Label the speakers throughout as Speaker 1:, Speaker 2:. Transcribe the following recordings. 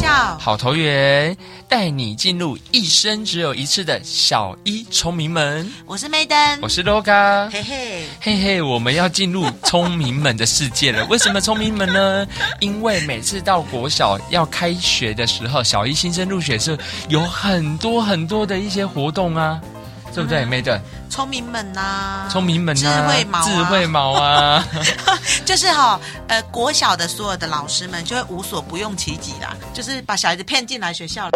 Speaker 1: 叫
Speaker 2: 好投缘，带你进入一生只有一次的小一聪明门。
Speaker 1: 我是 Maiden，
Speaker 2: 我是 LOGA。
Speaker 1: 嘿嘿，
Speaker 2: 嘿嘿，我们要进入聪明们的世界了。为什么聪明们呢？因为每次到国小要开学的时候，小一新生入学是有很多很多的一些活动啊，对不对，Maiden？
Speaker 1: 聪明们呐、
Speaker 2: 聪明们
Speaker 1: 嗯智
Speaker 2: 啊，
Speaker 1: 慧毛啊
Speaker 2: 智慧毛 啊，
Speaker 1: 就是哈、呃，国小的所有的老师们就会无所不用其极啦，就是把小孩子骗进来学校。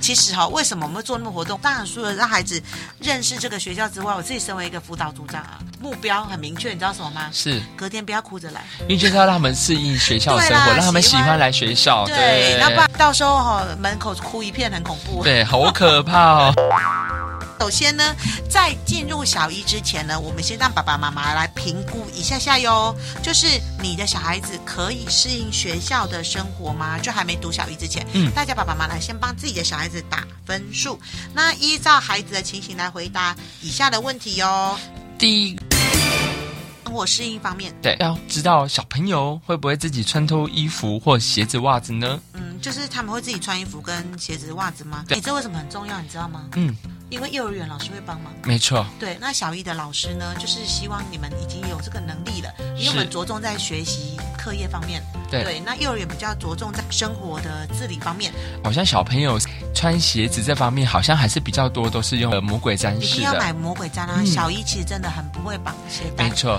Speaker 1: 其实哈、为什么我们会做那么活动？当然，除了让孩子认识这个学校之外，我自己身为一个辅导组长啊，目标很明确，你知道什么吗？
Speaker 2: 是
Speaker 1: 隔天不要哭着来。
Speaker 2: 因为就是要让他们适应学校的生活，
Speaker 1: 对啦
Speaker 2: 让他们喜
Speaker 1: 喜
Speaker 2: 欢
Speaker 1: 欢
Speaker 2: 来学校。
Speaker 1: 对，
Speaker 2: 对，
Speaker 1: 要不然到时候哈、门口哭一片很恐怖。
Speaker 2: 对，好可怕哦。
Speaker 1: 首先呢，在进入小一之前呢，我们先让爸爸妈妈来评估一下下哟，就是你的小孩子可以适应学校的生活吗？就还没读小一之前，
Speaker 2: 嗯
Speaker 1: 大家爸爸妈妈来先帮自己的小孩子打分数，那依照孩子的情形来回答以下的问题哟。
Speaker 2: 第一
Speaker 1: 生活适应方面，
Speaker 2: 对，要知道小朋友会不会自己穿脱衣服或鞋子、袜子呢？
Speaker 1: 嗯，就是他们会自己穿衣服、跟鞋子、袜子吗？
Speaker 2: 对
Speaker 1: 你这为什么很重要？你知道吗？
Speaker 2: 嗯，
Speaker 1: 因为幼儿园老师会帮忙。
Speaker 2: 没错，
Speaker 1: 对，那小一的老师呢，就是希望你们已经有这个能力了，因为我
Speaker 2: 是
Speaker 1: 们着重在学习课业方面。
Speaker 2: 对
Speaker 1: 那幼儿园比较着重在生活的自理方面，
Speaker 2: 好像小朋友穿鞋子这方面，好像还是比较多都是用呃魔鬼粘
Speaker 1: 一
Speaker 2: 式
Speaker 1: 定要
Speaker 2: 的。
Speaker 1: 买魔鬼毡啊！
Speaker 2: 嗯
Speaker 1: 小一其实真的很不会绑鞋带
Speaker 2: 没，错。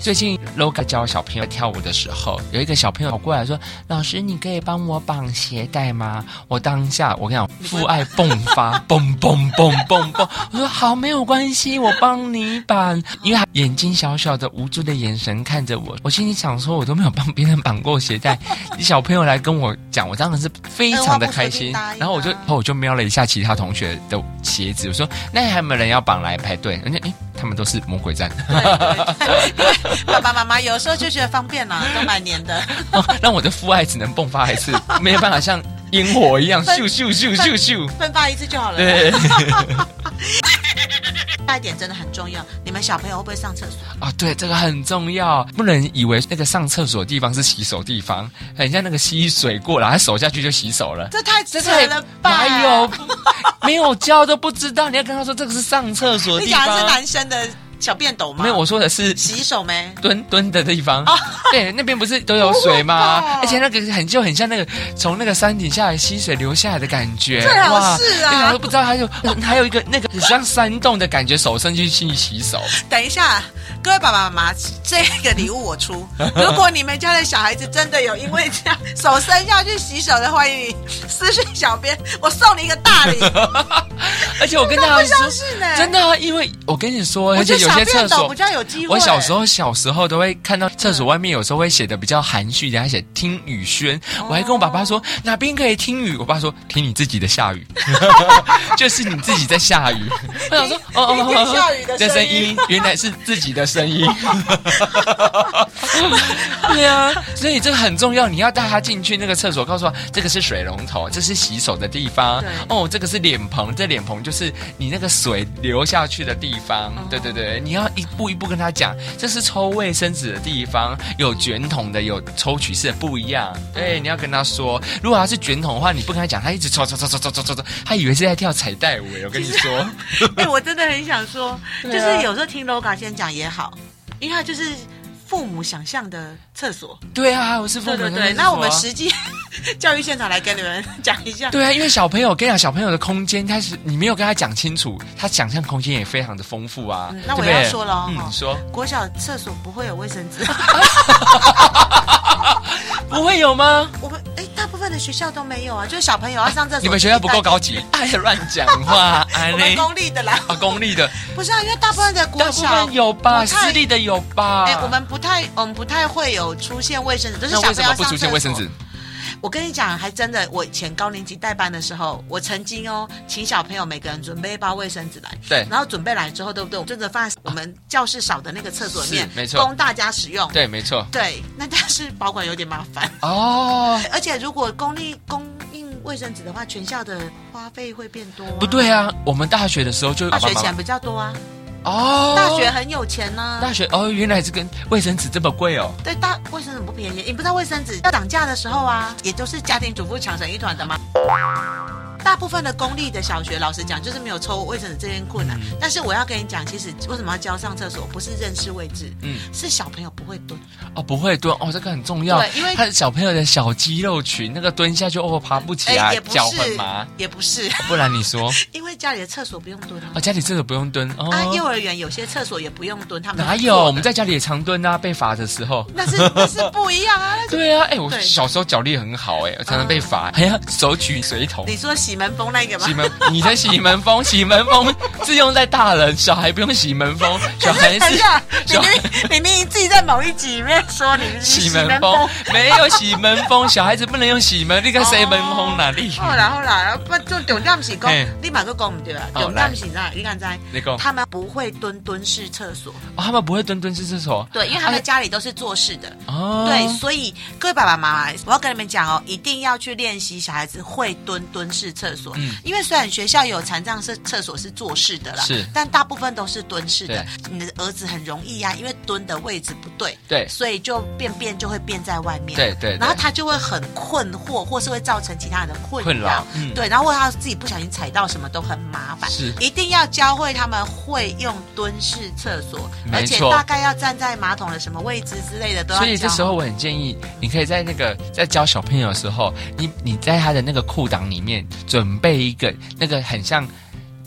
Speaker 2: 最近 LOGA 教小朋友跳舞的时候，有一个小朋友跑过来说：“老师，你可以帮我绑鞋带吗？”我当下我跟你讲，父爱迸发，蹦蹦蹦蹦蹦。我说：“好，没有关系，我帮你绑。”因为他眼睛小小的、无助的眼神看着我，我心里想说：“我都没有帮别人绑过鞋带，小朋友来跟我讲，我当然是非常的开心。
Speaker 1: 二话不说就答应啊
Speaker 2: 然后我就，然后我就瞄了一下其他同学的鞋子，我说：“那还有没有人要绑来排队？”人家诶，他们都是魔鬼战。
Speaker 1: 对对对，因为爸爸妈妈有时候就觉得方便啦，都蛮黏的，
Speaker 2: 让我的父爱只能迸发一次，没有办法像烟火一样咻咻咻咻咻。
Speaker 1: 分发一次就好了。，
Speaker 2: 对
Speaker 1: 下一点真的很重要，你们小朋友会不会上厕所？
Speaker 2: 啊，对，这个很重要，不能以为那个上厕所的地方是洗手地方，很像那个吸水过来，他手下去就洗手了。
Speaker 1: 这太扯了吧！
Speaker 2: 哪有？没有教都不知道，你要跟他说这个是上厕所的
Speaker 1: 你
Speaker 2: 地
Speaker 1: 讲的是
Speaker 2: 方。
Speaker 1: 男生的小便斗吗？
Speaker 2: 没有，我说的是
Speaker 1: 洗手没？
Speaker 2: 蹲蹲的地
Speaker 1: 哦
Speaker 2: 方，对，那边不是都有水吗
Speaker 1: 不会吧？
Speaker 2: 而且那个很就很像那个从那个山顶下来溪水流下来的感觉，
Speaker 1: 最好是啊
Speaker 2: 那个都不知道还有还有一个那个很像山洞的感觉，手伸进去去 洗手，
Speaker 1: 等一下，各位爸爸妈妈，这个礼物我出。 如果你们家的小孩子真的有因为这样手伸下去洗手的，欢迎你私讯小编，我送你一个大 礼。
Speaker 2: 而且我跟大家
Speaker 1: 不相
Speaker 2: 说，
Speaker 1: 信呢、
Speaker 2: 真的啊，因为我跟你说，而
Speaker 1: 我觉
Speaker 2: 且
Speaker 1: 得
Speaker 2: 有
Speaker 1: 小
Speaker 2: 些厕
Speaker 1: 便斗
Speaker 2: 所
Speaker 1: 比。较有机会。
Speaker 2: 我小时候小时候都会看到厕所外面有时候会写的比较含蓄一点，还写听雨轩。
Speaker 1: 哦
Speaker 2: 我还跟我爸爸说哪边可以听雨，我爸说听你自己的下雨，就是你自己在下雨。我想说哦哦
Speaker 1: 听见下雨的
Speaker 2: 这
Speaker 1: 声
Speaker 2: 声
Speaker 1: 音
Speaker 2: 音原来是自己的声音。对啊，所以这个很重要，你要带他进去那个厕所，告诉他这个是水龙头，这是洗手的地方
Speaker 1: 对，
Speaker 2: 哦，这个是脸盆，这脸盆就是你那个水流下去的地方。对对对，你要一步一步跟他讲，这是抽卫生纸的地方，有卷筒的，有抽取式的不一样。对，你要跟他说，如果他是卷筒的话，你不跟他讲，他一直抽抽抽抽抽抽抽抽，他以为是在跳彩带舞。我跟你说，
Speaker 1: 哎、我真的很想 说，就
Speaker 2: 对啊
Speaker 1: 是有时候听 LOGA 先讲也好，因为他就是父母想象的厕所。
Speaker 2: 对啊，我是父母
Speaker 1: 对对
Speaker 2: 他
Speaker 1: 对，
Speaker 2: 是
Speaker 1: 那我
Speaker 2: 说
Speaker 1: 们实际 教育现场来跟你们 讲一下。
Speaker 2: 对啊，因为小朋友，我跟你讲，小朋友的空间，他是你没有跟他讲清楚，他想象空间也非常的丰富啊。
Speaker 1: 嗯那我
Speaker 2: 对不对
Speaker 1: 要说了哦
Speaker 2: 嗯，说
Speaker 1: 国小厕所不会有卫生纸。
Speaker 2: 不会有吗？
Speaker 1: 我们哎，大部分的学校都没有啊，就是小朋友要上厕所。
Speaker 2: 你们学校不够高级，哎呀，乱讲 话，哎安
Speaker 1: 我
Speaker 2: 内
Speaker 1: 们公立的啦，
Speaker 2: 啊，公立的
Speaker 1: 不是啊，因为大部分的
Speaker 2: 大
Speaker 1: 国
Speaker 2: 部
Speaker 1: 小
Speaker 2: 分有吧，
Speaker 1: 不太
Speaker 2: 私立的有吧。
Speaker 1: 哎、我们不太，我们不太会有出现卫生纸，就是
Speaker 2: 那
Speaker 1: 小朋
Speaker 2: 为什
Speaker 1: 友要
Speaker 2: 么
Speaker 1: 上
Speaker 2: 不出现卫生纸
Speaker 1: 厕？所？我跟你讲，还真的，我以前高年级代班的时候，我曾经哦，请小朋友每个人准备一包卫生纸来，
Speaker 2: 对
Speaker 1: 然后准备来之后，对不对？我们就着放在我们教室少的那个厕所里面，
Speaker 2: 是没错
Speaker 1: 供大家使用。
Speaker 2: 对，没错。
Speaker 1: 对，那但是保管有点麻 烦，
Speaker 2: 哦，
Speaker 1: 而且如果公立供应卫生纸的话，全校的花费会变多、
Speaker 2: 不对，啊，我们大学的时候就
Speaker 1: 大
Speaker 2: 爸
Speaker 1: 学
Speaker 2: 爸妈
Speaker 1: 钱比较多啊。
Speaker 2: 妈哦，
Speaker 3: 大学很有钱呢、
Speaker 2: 大学哦，原来这个卫生纸这么贵哦。
Speaker 3: 对，大卫生纸不便宜，你不知道卫生纸要涨价的时候啊，也都是家庭主妇强成一团的吗？大部分的公立的小学，老实讲，就是没有抽卫生纸这件困
Speaker 2: 嗯
Speaker 3: 难。但是我要跟你讲，其实为什么要教上厕所，不是认识位置，
Speaker 2: 嗯，
Speaker 3: 是小朋友不会蹲。
Speaker 2: 哦，不会蹲哦，这个很重要，
Speaker 3: 对因为
Speaker 2: 他小朋友的小肌肉群，那个蹲下去哦，爬不起来，
Speaker 3: 哎也不
Speaker 2: 脚很
Speaker 3: 是
Speaker 2: 麻。，
Speaker 3: 也不是，
Speaker 2: 不然你说，
Speaker 3: 因为家里的厕所不用蹲啊
Speaker 2: 哦，。家里真的不用蹲哦。
Speaker 3: 啊，幼儿园有些厕所也不用蹲，他们
Speaker 2: 哪有？我们在家里也常蹲啊，被罚的时候。
Speaker 3: 那是那是不一样啊。那是
Speaker 2: 对啊，哎、我
Speaker 3: 对哦
Speaker 2: 小时候脚力很好、哎，我常常被罚，还要手举水桶。
Speaker 3: 你说洗门风那个吗
Speaker 2: 洗？门，你在洗门 风，洗门风是用在大人，小孩不用洗门 风，小孩
Speaker 3: 等一
Speaker 2: 是
Speaker 3: 下，你
Speaker 2: 小孩
Speaker 3: 明你明明自己在某一集里面说你是
Speaker 2: 洗
Speaker 3: 门
Speaker 2: 门风，没有洗门风，小孩子不能用洗门，那个谁门
Speaker 3: 哦
Speaker 2: 风哪里？
Speaker 3: 后来后来，不就重点是讲
Speaker 2: 嘿，
Speaker 3: 你马个讲唔对啦，
Speaker 2: 好
Speaker 3: 重点是哪？你敢知？
Speaker 2: 你讲
Speaker 3: 他们不会蹲蹲式厕所，
Speaker 2: 哦他们不会蹲蹲式厕所
Speaker 3: 对，因为他们家里都是坐式的，
Speaker 2: 哦，
Speaker 3: 对，所以各位爸爸妈妈，我要跟你们讲哦，一定要去练习小孩子会蹲蹲式厕所，
Speaker 2: 嗯
Speaker 3: 因为虽然学校有残障厕厕所是坐式的啦，
Speaker 2: 是
Speaker 3: 但大部分都是蹲式的。你的儿子很容易啊呀、因为蹲的位置不对，
Speaker 2: 对
Speaker 3: 所以就便便就会便在外面，
Speaker 2: 对对对
Speaker 3: 然后他就会很困惑，或是会造成其他人的困
Speaker 2: 困扰嗯
Speaker 3: 对，然后或者他自己不小心踩到什么都很麻烦，
Speaker 2: 是
Speaker 3: 一定要教会他们会用蹲式厕所，而
Speaker 2: 没
Speaker 3: 且
Speaker 2: 错
Speaker 3: 大概要站在马桶的什么位置之类的都要教好。
Speaker 2: 所以这时候我很建议，你可以在那个在教小朋友的时候，你你在他的那个裤裆里面准备一个那个很像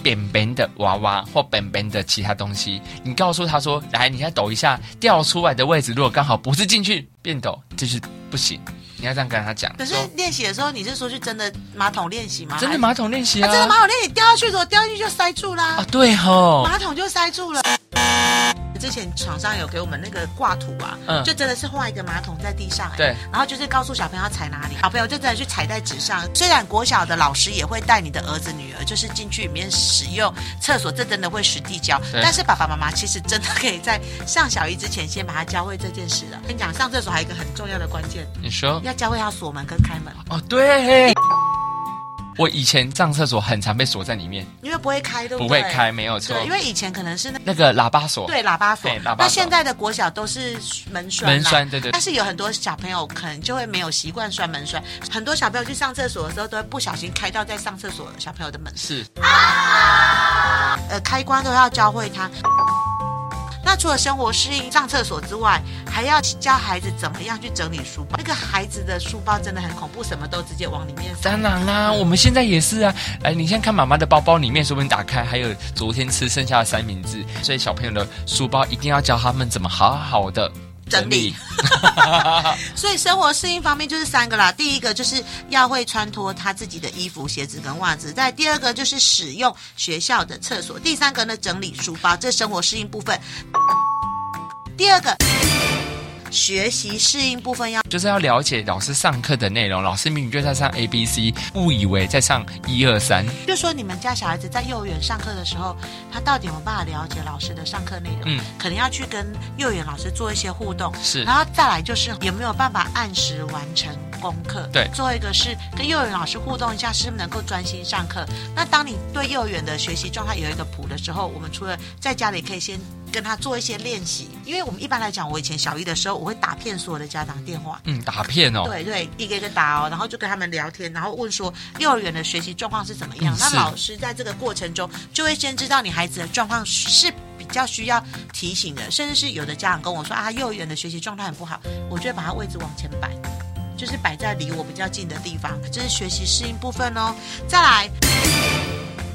Speaker 2: 扁扁的娃娃或扁扁的其他东西，你告诉他说：“来，你再抖一下，掉出来的位置如果刚好不是进去便抖，就是不行。”你要这样跟他讲。
Speaker 3: 可是
Speaker 2: 说
Speaker 3: 练习的时候，你是说去真的马桶练习吗？
Speaker 2: 真的马桶练习
Speaker 3: 还
Speaker 2: 啊，
Speaker 3: 是？啊真的马桶练习掉下去的时候，掉下去就塞住啦，
Speaker 2: 啊，对吼，
Speaker 3: 马桶就塞住了。之前厂商有给我们那个挂图啊，
Speaker 2: 嗯
Speaker 3: 就真的是画一个马桶在地上、哎
Speaker 2: 对，
Speaker 3: 然后就是告诉小朋友要踩哪里，小朋友就真的去踩在纸上。虽然国小的老师也会带你的儿子女儿，就是进去里面使用厕所，这真的会实地教，
Speaker 2: 对
Speaker 3: 但是爸爸妈妈其实真的可以在上小一之前先把他教会这件事了。跟你讲，上厕所还有一个很重要的关键，
Speaker 2: 你说
Speaker 3: 要教会他锁门跟开门。
Speaker 2: 哦，对。我以前上厕所很常被锁在里面，
Speaker 3: 因为不会开，对
Speaker 2: 不
Speaker 3: 对？
Speaker 2: 会开，没有错
Speaker 3: 对，。因为以前可能是那
Speaker 2: 那个喇叭锁，
Speaker 3: 对喇叭锁
Speaker 2: 对喇叭，锁
Speaker 3: 那现在的国小都是门栓啦，
Speaker 2: 门栓对对对
Speaker 3: 但是有很多小朋友可能就会没有习惯栓门栓，很多小朋友去上厕所的时候都会不小心开到在上厕所的小朋友的门，
Speaker 2: 是
Speaker 3: 呃，开关都要教会他。那除了生活适应上厕所之外，还要教孩子怎么样去整理书包。那个孩子的书包真的很恐怖，什么都直接往里面塞。
Speaker 2: 当然啦、我们现在也是啊。哎，你先看妈妈的包包里面，说不定打开还有昨天吃剩下的三明治，所以小朋友的书包一定要教他们怎么好好的
Speaker 3: 整理。所以生活适应方面就是三个啦，第一个就是要会穿脱他自己的衣服、鞋子跟袜子；再第二个就是使用学校的厕所；第三个呢，整理书包，这生活适应部分。第二个。学习适应部分要
Speaker 2: 就是要了解老师上课的内容。老师明明就在上 A B C，误以为在上一二三。
Speaker 3: 就说你们家小孩子在幼儿园上课的时候，他到底有没有办法了解老师的上课内容？
Speaker 2: 嗯，
Speaker 3: 可能要去跟幼儿园老师做一些互动。
Speaker 2: 是
Speaker 3: 然后再来就是有没有办法按时完成功课？
Speaker 2: 对
Speaker 3: 最后一个是跟幼儿园老师互动一下，是不是能够专心上课？那当你对幼儿园的学习状态有一个谱的时候，我们除了在家里可以先。跟他做一些练习，因为我们一般来讲，我以前小一的时候，我会打遍所有的家长电话，
Speaker 2: 嗯，打片哦。
Speaker 3: 对对，一个一个打哦，然后就跟他们聊天，然后问说幼儿园的学习状况是怎么样。
Speaker 2: 嗯
Speaker 3: 那
Speaker 2: 是
Speaker 3: 老师在这个过程中就会先知道你孩子的状况是比较需要提醒的，甚至是有的家长跟我说啊，幼儿园的学习状态很不好，我就会把他位置往前摆，就是摆在离我比较近的地方，这是学习适应部分哦。再来。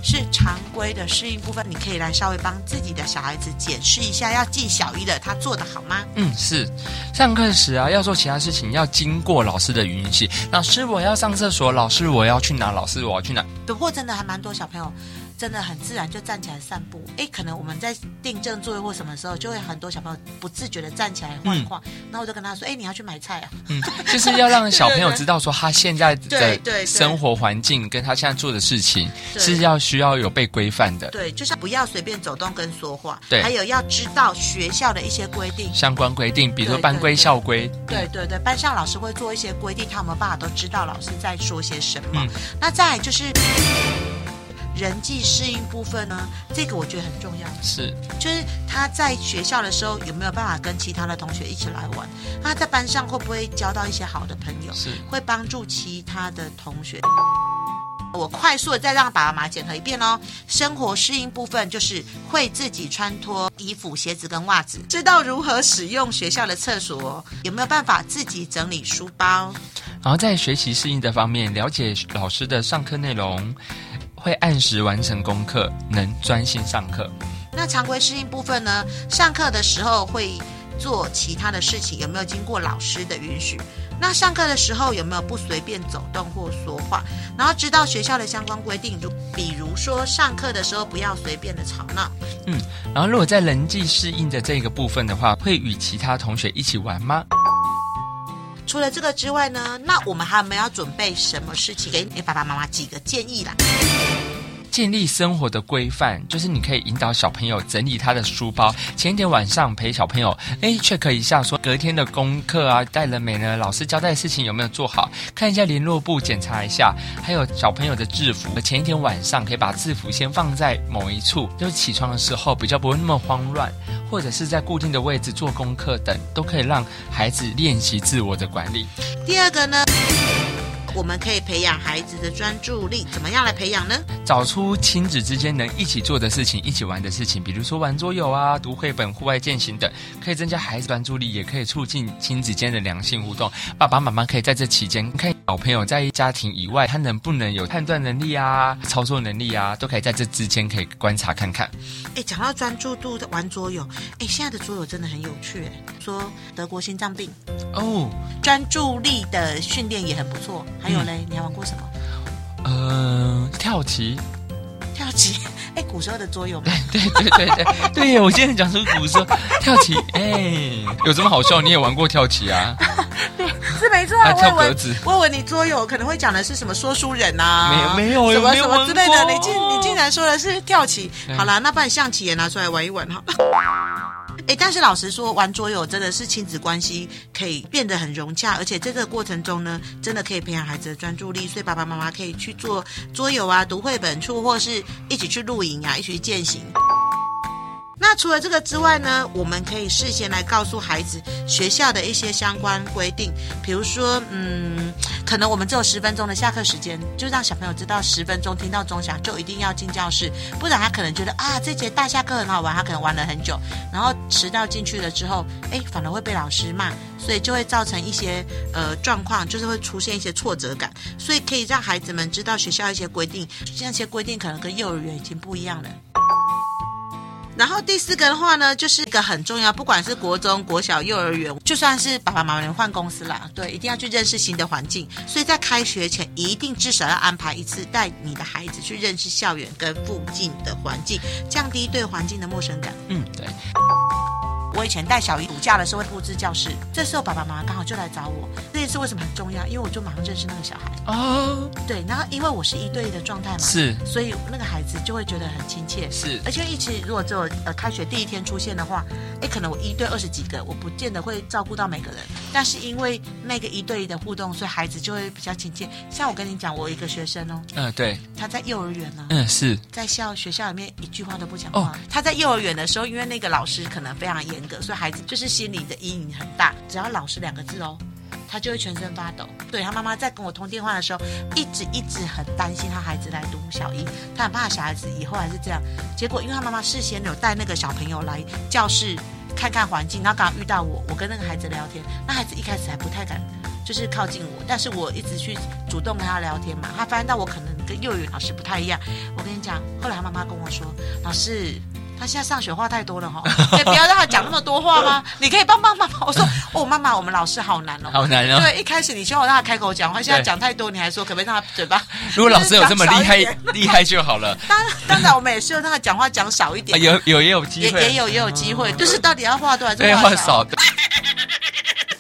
Speaker 3: 是常规的适应部分，你可以来稍微帮自己的小孩子解释一下，要记小一的他做的好吗？
Speaker 2: 嗯，是上课时啊，要做其他事情要经过老师的允许。老师，我要上厕所。老师，我要去哪？老师，我要去哪？
Speaker 3: 不过真的还蛮多小朋友，真的很自然就站起来散步。诶，可能我们在订正座位或什么时候，就会很多小朋友不自觉的站起来晃一晃。那、我就跟他说：“诶，你要去买菜啊
Speaker 2: 嗯，就是要 让小朋友知道说他现在
Speaker 3: 对对对
Speaker 2: 的生活环境跟他现在做的事情
Speaker 3: 对
Speaker 2: 是要需要有被规范？”的
Speaker 3: 对，就是不要随便走动跟说话。
Speaker 2: 对
Speaker 3: 还有要知道学校的一些规定。
Speaker 2: 相关规定，比如说
Speaker 3: 嗯对
Speaker 2: 班
Speaker 3: 对
Speaker 2: 规、
Speaker 3: 对
Speaker 2: 校规。
Speaker 3: 对对对，班上老师会做一些规定，他们爸爸都知道老师在说些什么。
Speaker 2: 嗯
Speaker 3: 那再来就是。人际适应部分呢，这个我觉得很重要，
Speaker 2: 是
Speaker 3: 就是他在学校的时候有没有办法跟其他的同学一起来玩，他在班上会不会交到一些好的朋友，
Speaker 2: 是
Speaker 3: 会帮助其他的同学。我快速的再让爸爸妈妈检核一遍哦。生活适应部分就是会自己穿脱衣服、鞋子跟袜子，知道如何使用学校的厕所，哦有没有办法自己整理书包？
Speaker 2: 然后在学习适应的方面，了解老师的上课内容，会按时完成功课，能专心上课。
Speaker 3: 那常规适应部分呢？上课的时候会做其他的事情，有没有经过老师的允许？那上课的时候有没有不随便走动或说话？然后知道学校的相关规定，如比如说上课的时候不要随便的吵闹。
Speaker 2: 然后，如果在人际适应的这个部分的话，会与其他同学一起玩吗？
Speaker 3: 除了这个之外呢，那我们还有没有要准备什么事情给给爸爸妈妈几个建议啦？
Speaker 2: 建立生活的规范，就是你可以引导小朋友整理他的书包，前一天晚上陪小朋友，哎，check 一下说隔天的功课啊，带了没呢？老师交代的事情有没有做好？看一下联络簿，检查一下，还有小朋友的制服，前一天晚上可以把制服先放在某一处，就是起床的时候比较不会那么慌乱，或者是在固定的位置做功课等，都可以让孩子练习自我的管理。
Speaker 3: 第二个呢，我们可以培养孩子的专注力，怎么样来培养呢？
Speaker 2: 找出亲子之间能一起做的事情、一起玩的事情，比如说玩桌游啊、读绘本、户外践行等，可以增加孩子专注力，也可以促进亲子间的良性互动。爸爸妈妈可以在这期间看小朋友在家庭以外，他能不能有判断能力啊、操作能力啊，都可以在这之间可以观察看看。
Speaker 3: 哎，讲到专注度的玩桌游，哎，现在的桌游真的很有趣。哎，说德国心脏病，
Speaker 2: 哦，
Speaker 3: 专注力的训练也很不错。还有嘞，你还玩过什么？
Speaker 2: 嗯、跳棋，
Speaker 3: 跳棋？哎，古时候的桌游吗？
Speaker 2: 对对对对对耶！我今天讲出古说跳棋，哎、有什么好笑？你也玩过跳棋啊？
Speaker 3: 是没错
Speaker 2: 还
Speaker 3: 我
Speaker 2: 跳
Speaker 3: 以为
Speaker 2: 格子
Speaker 3: 我以为你桌游可能会讲的是什么说书人啊，
Speaker 2: 没没有
Speaker 3: 什么
Speaker 2: 没有
Speaker 3: 什么之类的。
Speaker 2: 玩过
Speaker 3: 你竟你竟然说的是跳棋，
Speaker 2: 对
Speaker 3: 好啦，那把你象棋也拿出来玩一玩哈。 哎，但是老实说，玩桌游真的是亲子关系可以变得很融洽，而且在这个过程中呢，真的可以培养孩子的专注力，所以爸爸妈妈可以去做桌游啊、读绘本处，或是一起去露营啊、一起去践行。那除了这个之外呢，我们可以事先来告诉孩子学校的一些相关规定，比如说，嗯，可能我们只有十分钟的下课时间，就让小朋友知道十分钟听到钟响就一定要进教室，不然他可能觉得啊这节大下课很好玩，他可能啊玩了很久，然后迟到进去了之后，哎，反而会被老师骂，所以就会造成一些呃状况，就是会出现一些挫折感，所以可以让孩子们知道学校一些规定，这些规定可能跟幼儿园已经不一样了。然后第四个的话呢，就是一个很重要，不管是国中、国小、幼儿园，就算是爸爸妈妈换公司啦，对，一定要去认识新的环境。所以在开学前，一定至少要安排一次带你的孩子去认识校园跟附近的环境，降低对环境的陌生感。
Speaker 2: 嗯，对。
Speaker 3: 我以前带小姨暑假的时候会布置教室，这时候爸爸妈妈刚好就来找我。这件事为什么很重要？因为我就马上认识那个小孩，
Speaker 2: 哦，
Speaker 3: 对，然后因为我是一对一的状态嘛，，
Speaker 2: 是
Speaker 3: 所以那个孩子就会觉得很亲切，
Speaker 2: 是
Speaker 3: 而且一起如果只有呃开学第一天出现的话，诶，可能我一对二十几个，我不见得会照顾到每个人，但是因为那个一对一的互动，所以孩子就会比较亲切。像我跟你讲，我有一个学生哦，
Speaker 2: 嗯，对，
Speaker 3: 他在幼儿园呢、
Speaker 2: 嗯，是
Speaker 3: 在校学校里面一句话都不讲话。
Speaker 2: 哦
Speaker 3: 他在幼儿园的时候，因为那个老师可能非常严格，所以孩子就是心理的阴影很大。只要“老师”两个字哦，他就会全身发抖。对他妈妈在跟我通电话的时候，一直一直很担心他孩子来读小一，他很怕小孩子以后还是这样。结果因为他妈妈事先有带那个小朋友来教室看看环境，然后刚好遇到我，我跟那个孩子聊天，那孩子一开始还不太敢。就是靠近我，但是我一直去主动跟他聊天嘛，他发现到我可能跟幼儿园老师不太一样。我跟你讲，后来他妈妈跟我说，老师。他现在上学话太多了哈、 可以不要让他讲那么多话吗？你可以帮帮忙吗？我说哦，妈妈，我们老师好 难哦。
Speaker 2: 好难哦。
Speaker 3: 对，一开始你希望我让他开口讲话，现在
Speaker 2: 对
Speaker 3: 讲太多，你还说可不可以让他嘴巴？
Speaker 2: 如果老师有这么厉害
Speaker 3: 就是讲少一点
Speaker 2: 厉害就好了，
Speaker 3: 当当然，我们也是让他讲话讲少一
Speaker 2: 啊、
Speaker 3: 点，
Speaker 2: 有有也有
Speaker 3: 也
Speaker 2: 机会，
Speaker 3: 也有也有机会，就是到底要话多还
Speaker 2: 对
Speaker 3: 是
Speaker 2: 话
Speaker 3: 话
Speaker 2: 少，对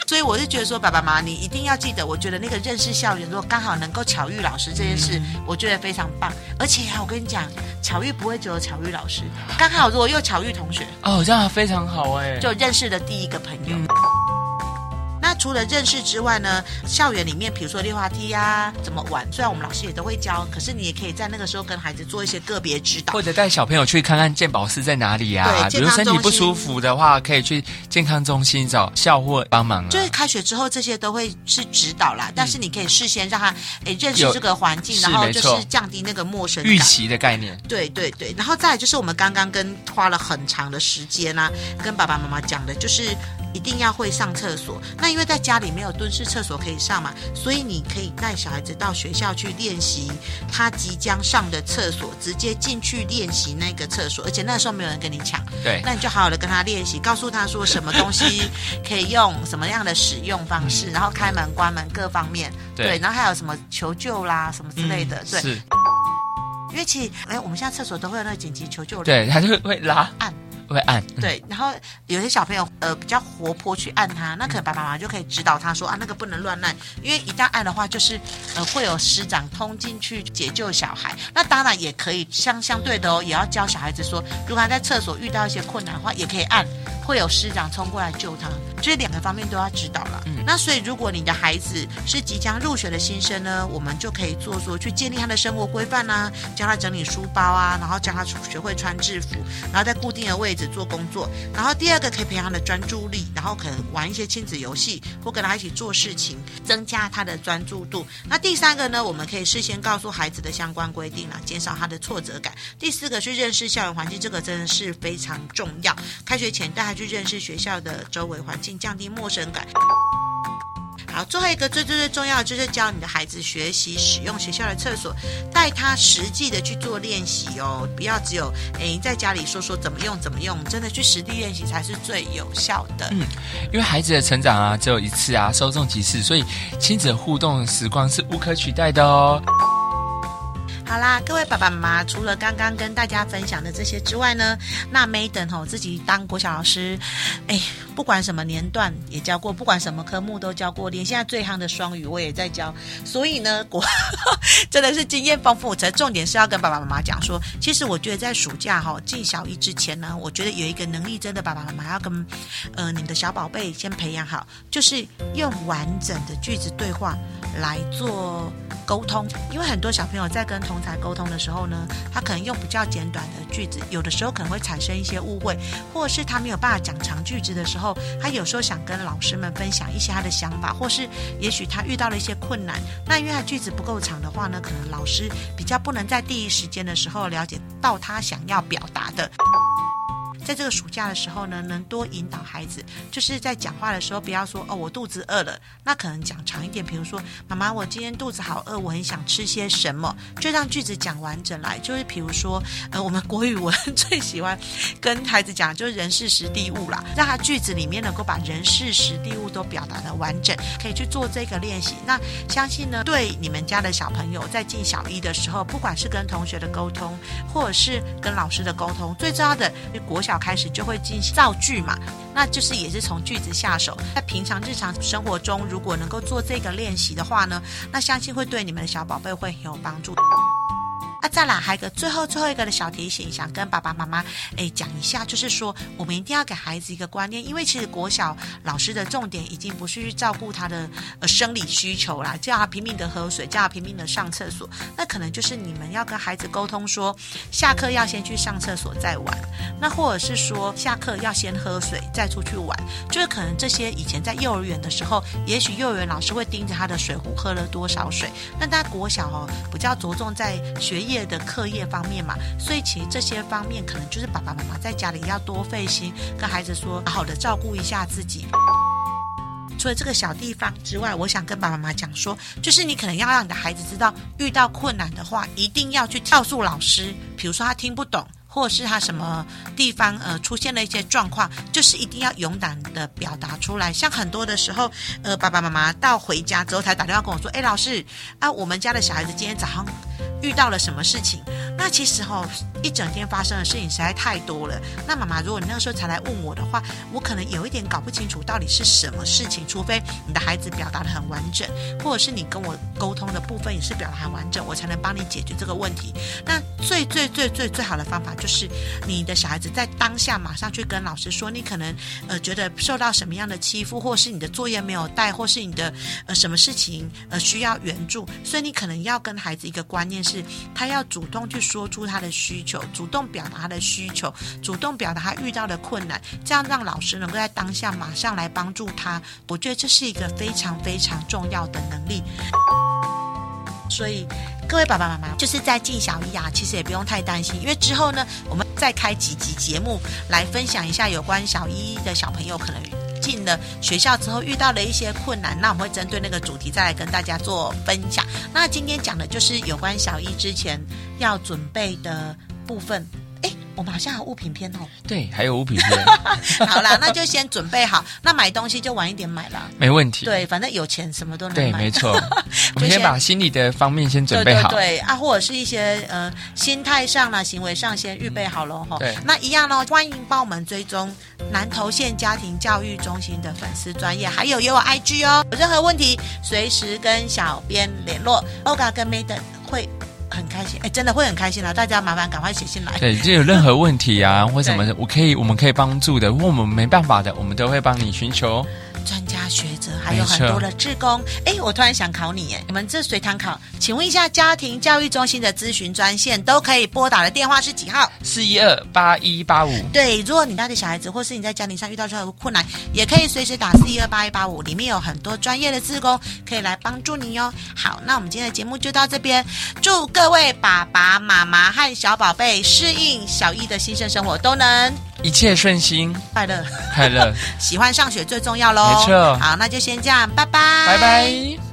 Speaker 3: 所以我是觉得说，爸爸妈妈，你一定要记得，我觉得那个认识校园，如果刚好能够巧遇老师这件事，
Speaker 2: 嗯
Speaker 3: 我觉得非常棒。而且啊，我跟你讲，巧遇不会只有巧遇老师，刚好如果又巧遇同学，
Speaker 2: 哦，这样非常好哎，
Speaker 3: 就认识了第一个朋友。
Speaker 2: 嗯
Speaker 3: 那除了认识之外呢，校园里面比如说溜滑梯呀、怎么玩，虽然我们老师也都会教，可是你也可以在那个时候跟孩子做一些个别指导
Speaker 2: 或。者带小朋友去看看健保室在哪里呀、啊？
Speaker 3: 对
Speaker 2: 比
Speaker 3: 健
Speaker 2: 如
Speaker 3: 康
Speaker 2: 身体不
Speaker 3: 中心
Speaker 2: 舒服的话，可以去健康中心找校护帮忙啊。
Speaker 3: 就是开学之后，这些都会是指导啦，但是你可以事先让他诶认识
Speaker 2: 嗯有
Speaker 3: 这个环境，
Speaker 2: 是
Speaker 3: 然后
Speaker 2: 没
Speaker 3: 就
Speaker 2: 错
Speaker 3: 是降低那个陌生
Speaker 2: 预
Speaker 3: 感。
Speaker 2: 期的概念，
Speaker 3: 对对对，然后再来就是我们刚刚跟花了很长的时间啊，跟爸爸妈妈讲的，就是一定要会上厕所。那因为在家里没有蹲式厕所可以上嘛，所以你可以带小孩子到学校去练习他即将上的厕所，直接进去练习那个厕所，而且那时候没有人跟你抢，
Speaker 2: 对，
Speaker 3: 那你就好好的跟他练习，告诉他说什么 东西可以用，什么样的使用方式，然后开门、关门各方面，
Speaker 2: 嗯对
Speaker 3: 然后还有什么求救啦什么之类的，
Speaker 2: 嗯
Speaker 3: 对。
Speaker 2: 是，
Speaker 3: 因为其实，哎，我们现在厕所都会有那个紧急求救铃，
Speaker 2: 对，他就会拉
Speaker 3: 按，
Speaker 2: 会按，嗯
Speaker 3: 对。然后有些小朋友，呃，比较活泼去按它，那可能爸爸妈妈就可以指导他说啊，那个不能乱按，因为一旦按的话，就是呃会有师长通进去解救小孩。那当然也可以相相对的哦，也要教小孩子说，如果他在厕所遇到一些困难的话，也可以按，会有师长冲过来救他。就是两个方面都要指导了。
Speaker 2: 嗯
Speaker 3: 那所以如果你的孩子是即将入学的新生呢，我们就可以做说去建立他的生活规范啊，教他整理书包啊，然后教他学会穿制服，然后在固定的位置做工作。然后第二个可以培养他的专注力，然后可能玩一些亲子游戏或跟他一起做事情，增加他的专注度。那第三个呢，我们可以事先告诉孩子的相关规定啦，减少他的挫折感。第四个去认识校园环境，这个真的是非常重要。开学前带他去认识学校的周围环境，降低陌生感。好，最后一个最最最重要的就是教你的孩子学习使用学校的厕所，带他实际的去做练习哦，不要只有诶在家里说说怎么用怎么用，真的去实地练习才是最有效的。
Speaker 2: 嗯因为孩子的成长啊，只有一次啊，稍纵即逝，所以亲子互动的时光是无可取代的哦。
Speaker 3: 好啦，各位爸爸妈妈，除了刚刚跟大家分享的这些之外呢，那 Maiden 吼自己当国小老师，哎，不管什么年段也教过，不管什么科目都教过，连现在最夯的双语我也在教，所以呢，国 真的是经验丰富。才重点是要跟爸爸妈妈讲说，其实我觉得在暑假哈、进小一之前呢，我觉得有一个能力真的爸爸妈妈要跟呃你们的小宝贝先培养好，就是用完整的句子对话来做沟通，因为很多小朋友在跟同才沟通的时候呢，他可能用比较简短的句子，有的时候可能会产生一些误会，或者是他没有办法讲长句子的时候，他有时候想跟老师们分享一些他的想法，或是也许他遇到了一些困难，那因为他句子不够长的话呢，可能老师比较不能在第一时间的时候了解到他想要表达的，在这个暑假的时候呢，能多引导孩子，就是在讲话的时候不要说哦，我肚子饿了，那可能讲长一点，比如说妈妈，我今天肚子好饿，我很想吃些什么，就让句子讲完整来。就是比如说，呃，我们国语文最喜欢跟孩子讲，就是人事时地物啦，让他句子里面能够把人事时地物都表达的完整，可以去做这个练习。那相信呢，对你们家的小朋友在进小一的时候，不管是跟同学的沟通，或者是跟老师的沟通，最重要的是国小开始就会进行造句嘛，那就是也是从句子下手。在平常日常生活中，如果能够做这个练习的话呢，那相信会对你们的小宝贝会很有帮助。那再来还有一个最后最后一个的小提醒，想跟爸爸妈妈诶讲一下，就是说我们一定要给孩子一个观念，因为其实国小老师的重点已经不是去照顾他的呃生理需求啦，叫他拼命的喝水，叫他拼命的上厕所，那可能就是你们要跟孩子沟通说，下课要先去上厕所再玩，那或者是说下课要先喝水再出去玩，就是可能这些以前在幼儿园的时候，也许幼儿园老师会盯着他的水壶喝了多少水，那他国小哦比较着重在学业的课业方面嘛，所以其实这些方面可能就是爸爸妈妈在家里要多费心，跟孩子说好好的照顾一下自己。除了这个小地方之外，我想跟爸爸妈妈讲说，就是你可能要让你的孩子知道，遇到困难的话，一定要去告诉老师，比如说他听不懂。或者是他什么地方呃出现了一些状况，就是一定要勇敢的表达出来。像很多的时候，呃，爸爸妈妈到回家之后才打电话跟我说：“哎，老师啊，我们家的小孩子今天早上遇到了什么事情？”那其实哈、一整天发生的事情实在太多了。那妈妈，如果你那个时候才来问我的话，我可能有一点搞不清楚到底是什么事情，除非你的孩子表达的很完整，或者是你跟我沟通的部分也是表达很完整，我才能帮你解决这个问题。那最最最最最好的方法就是你的小孩子在当下马上去跟老师说，你可能呃觉得受到什么样的欺负，或是你的作业没有带，或是你的呃什么事情呃需要援助，所以你可能要跟孩子一个观念是，他要主动去说出他的需求，主动表达他的需求，主动表达他遇到的困难，这样让老师能够在当下马上来帮助他。我觉得这是一个非常非常重要的能力。所以各位爸爸妈妈，就是在进小一啊，其实也不用太担心，因为之后呢，我们再开几集节目来分享一下有关小一的小朋友可能。进了学校之后遇到了一些困难，那我们会针对那个主题再来跟大家做分享。那今天讲的就是有关小一之前要准备的部分。诶，我们好像有物品篇哦。
Speaker 2: 对，还有五品片，
Speaker 3: 好啦，那就先准备好。那买东西就晚一点买啦。
Speaker 2: 没问题。
Speaker 3: 对，反正有钱什么都能
Speaker 2: 对，
Speaker 3: 买。
Speaker 2: 没 错。我们
Speaker 3: 先
Speaker 2: 先把心理的方面先准备好。
Speaker 3: 嗯对对对啊，或者是一些呃心态上啦、行为上先预备好喽哈。
Speaker 2: 对
Speaker 3: 那一样喽，欢迎帮我们追踪南投县家庭教育中心的粉丝专业，还有也有 IG 哦。有任何问题随时跟小编联络，OGA 跟 Maden 会很开心，哎，真的会很开心啦！大家麻烦赶快写信来。
Speaker 2: 对，就有任何问题啊，或什么
Speaker 3: 对，
Speaker 2: 我可以，我们可以帮助的，或我们没办法的，我们都会帮你寻求哦。
Speaker 3: 专家学者，还有很多的志工。哎，我突然想考你，哎，你们这随堂考，请问一下家庭教育中心的咨询专线都可以拨打的电话是几号？
Speaker 2: 四一二八一八五，
Speaker 3: 对，如果你带着小孩子，或是你在家庭上遇到任何困难，也可以随时打四一二八一八五，里面有很多专业的志工可以来帮助你哟。好，那我们今天的节目就到这边，祝各位爸爸妈妈和小宝贝适应小一的新生生活，都能
Speaker 2: 一切顺心，
Speaker 3: 快乐，
Speaker 2: 快乐，
Speaker 3: 喜欢上学最重要喽。
Speaker 2: 没错
Speaker 3: 好，那就先这样，拜拜，
Speaker 2: 拜拜。